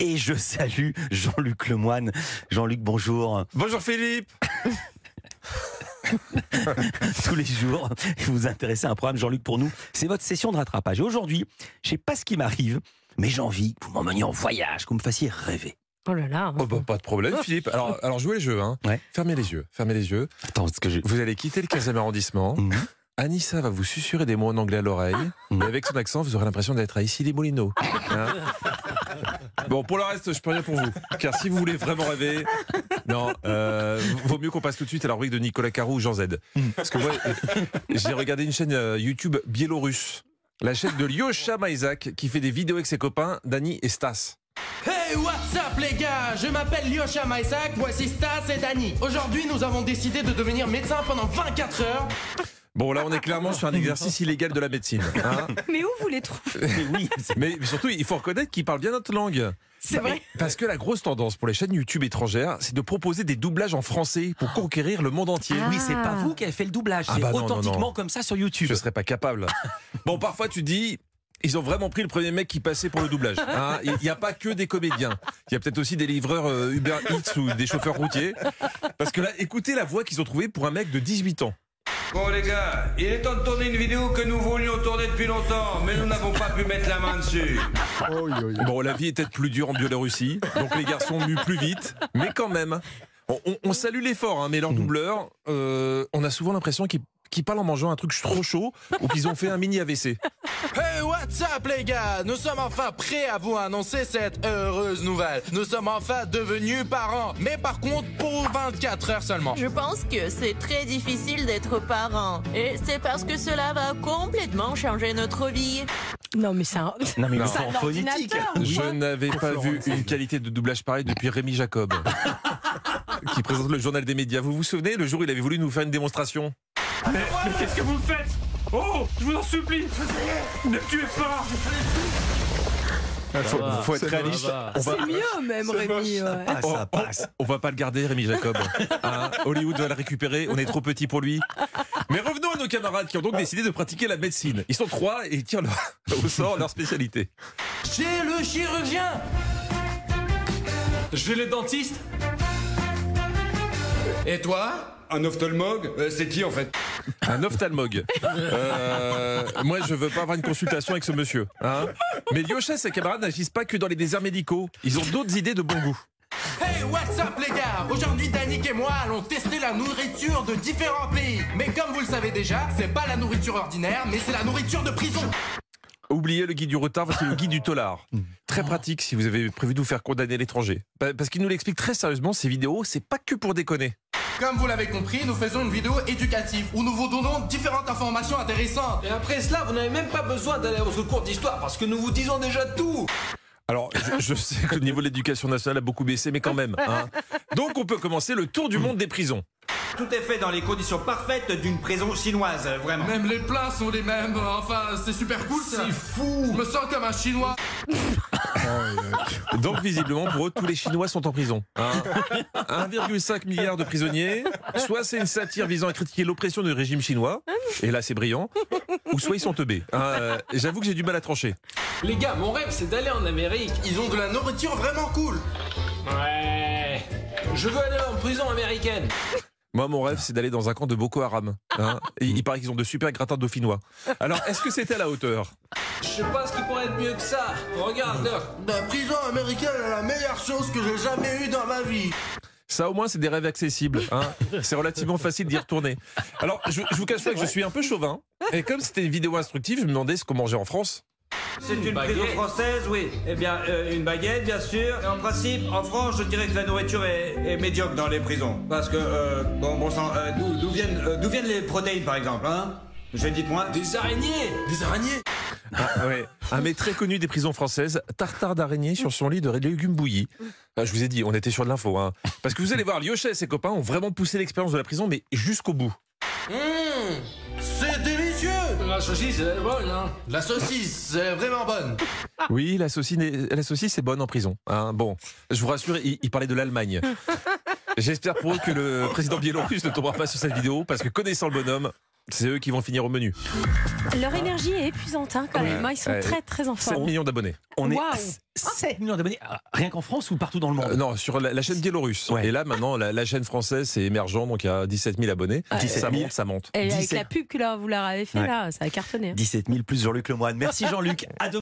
Et je salue Jean-Luc Lemoine. Jean-Luc, bonjour. Bonjour Philippe Tous les jours, vous vous intéressez à un programme, Jean-Luc, pour nous. C'est votre session de rattrapage. Et aujourd'hui, je sais pas ce qui m'arrive, mais j'ai envie que vous m'emmeniez en voyage, que vous me fassiez rêver. Oh là là. Oh bah, Pas de problème Philippe. Alors, alors jouez le jeu. Hein. Ouais. Fermez les yeux. Fermez les yeux. Attends, ce que je... Vous allez quitter le 15e arrondissement. Mhm. Anissa va vous susurrer des mots en anglais à l'oreille. Mhm. Et avec son accent, vous aurez l'impression d'être à ici les Moulineaux. Hein bon, pour le reste, je peux rien pour vous. Car si vous voulez vraiment rêver, non, euh, vaut mieux qu'on passe tout de suite à la rubrique de Nicolas Carou ou Jean Z. Parce que moi, euh, j'ai regardé une chaîne euh, YouTube biélorusse. La chaîne de Lyosha Maizak qui fait des vidéos avec ses copains Dani et Stas. Hey, what's up les gars Je m'appelle Lyosha Maisak, voici Stas et Dani. Aujourd'hui, nous avons décidé de devenir médecins pendant 24 heures. Bon, là, on est clairement sur un exercice illégal de la médecine. hein. Mais où vous les trouvez Mais oui, c'est- Mais surtout, il faut reconnaître qu'ils parlent bien notre langue. C'est vrai. Parce que la grosse tendance pour les chaînes YouTube étrangères, c'est de proposer des doublages en français pour conquérir le monde entier. Ah. oui, c'est pas vous qui avez fait le doublage. Ah c'est bah non, non, non. authentiquement comme ça sur Je YouTube. serais pas capable. Bon, parfois, tu dis. Ils ont vraiment pris le premier mec qui passait pour le doublage. hein. Il n'y a pas que des comédiens. Il y a peut-être aussi des livreurs euh, Uber Eats ou des chauffeurs routiers. Parce que là, écoutez la voix qu'ils ont trouvée pour un mec de 18 ans. Bon les gars, il est temps de tourner une vidéo que nous voulions tourner depuis longtemps, mais nous n'avons pas pu mettre la main dessus. Bon, la vie est peut-être plus dure en Biélorussie, donc les garçons muent plus vite, mais quand même. On, on- on salue l'effort, hein, mais leur doubleur, euh, on a souvent l'impression qu'ils qu'ils parlent en mangeant un truc trop chaud ou qu'ils ont fait un mini AVC. Hey, what's up les gars Nous sommes enfin prêts à vous annoncer cette heureuse nouvelle. Nous sommes enfin devenus parents, mais par contre pour 24 heures seulement. Je pense que c'est très difficile d'être parent. Et c'est parce que cela va complètement changer notre vie. Non, mais c'est un. Non, mais ils Non. sont en phonétique. Je n'avais pas vu une qualité de doublage pareille depuis Rémi Jacob, qui présente le journal des médias. Vous vous souvenez, le jour où il avait voulu nous faire une démonstration Mais qu'est-ce que vous me faites Oh, je vous en supplie Ne me tuez pas Il faut, faut être réaliste. On va, C'est mieux, même, Rémi. ouais. Ah, on, ça on- passe. Oh, on va pas le garder, Rémi Jacob. Hein, Hollywood va le récupérer, on est trop petit pour lui. Mais revenons à nos camarades qui ont donc décidé de pratiquer la médecine. Ils sont trois et ils tirent leur- au sort leur spécialité. Chez le chirurgien Je vais le dentiste Et toi Un ophtalmologue Euh, C'est qui en fait Un ophtalmologue. Euh, moi, je veux pas avoir une consultation avec ce monsieur. hein. Mais Lyosha et ses camarades n'agissent pas que dans les déserts médicaux. Ils ont d'autres idées de bon goût. Hey, what's up les gars Aujourd'hui, Danik et moi allons tester la nourriture de différents pays. Mais comme vous le savez déjà, c'est pas la nourriture ordinaire, mais c'est la nourriture de prison. Oubliez le guide du retard, voici le guide du tolard. Très pratique si vous avez prévu de vous faire condamner à l'étranger. Pa- Parce qu'il nous l'explique très sérieusement, ces vidéos, c'est pas que pour déconner. Comme vous l'avez compris, nous faisons une vidéo éducative où nous vous donnons différentes informations intéressantes. Et après cela, vous n'avez même pas besoin d'aller aux cours d'histoire parce que nous vous disons déjà tout. Alors, je, je sais que le niveau de l'éducation nationale a beaucoup baissé, mais quand même. hein. Donc, on peut commencer le tour du monde des prisons. Tout est fait dans les conditions parfaites d'une prison chinoise, vraiment. Même les plats sont les mêmes, enfin c'est super cool ça. C'est fou Je me sens comme un chinois. Donc, visiblement, pour eux, tous les Chinois sont en prison. hein. 1,5 milliard de prisonniers. Soit c'est une satire visant à critiquer l'oppression du régime chinois, et là, c'est brillant. Ou soit ils sont teubés. hein. Euh, J'avoue que j'ai du mal à trancher. Les gars, mon rêve, c'est d'aller en Amérique. Ils ont de la nourriture vraiment cool. Ouais. Je veux aller en prison américaine. Moi, mon rêve, c'est d'aller dans un camp de Boko Haram. hein. Et il paraît qu'ils ont de super gratins dauphinois. Alors, est-ce que c'était à la hauteur Je sais pas ce qui pourrait être mieux que ça. Regarde, Doc. La prison américaine est la meilleure chose que j'ai jamais eue dans ma vie. Ça, au moins, c'est des rêves accessibles. hein. C'est relativement facile d'y retourner. Alors, je, je vous cache pas que je suis un peu chauvin. Et comme c'était une vidéo instructive, je me demandais ce qu'on mangeait en France. C'est une baguette. prison française, oui. Eh bien, euh, une baguette, bien sûr. Et en principe, en France, je dirais que la nourriture est, est médiocre dans les prisons. Parce que, euh, bon, bon sang, euh, d'où d'où viennent, euh, d'où viennent les protéines, par exemple, hein Je dites-moi. Des araignées Des araignées Ah, ouais. Un mets très connu des prisons françaises, tartare d'araignée sur son lit de légumes bouillis. Ah, je vous ai dit, on était sur de l'info. hein. Parce que vous allez voir, Lyosha et ses copains ont vraiment poussé l'expérience de la prison, mais jusqu'au bout. C'est délicieux La saucisse, elle est bonne, hein La saucisse, c'est vraiment bonne. Oui, la saucisse, est- la saucisse est bonne en prison. hein. Bon, je vous rassure, il, il parlait de l'Allemagne. J'espère pour eux que le président biélorusse ne tombera pas sur cette vidéo, parce que connaissant le bonhomme, c'est eux qui vont finir au menu. Leur énergie est épuisante hein, quand Ouais. même. hein. Ils sont Ouais. très très en 7 forme. millions d'abonnés. On est Waouh. à 7 millions d'abonnés, ah, rien qu'en France ou partout dans le monde Euh, non, sur la, la chaîne biélorusse. Ouais. Et là, maintenant, la, la chaîne française, c'est émergent, donc il y a 17 000 abonnés. 17 Ça 000. monte, ça monte. Et avec 17. la pub que là, vous leur avez fait Ouais. là, ça a cartonné. hein. 17 000 plus Jean-Luc Lemoine. Merci Jean-Luc, à demain.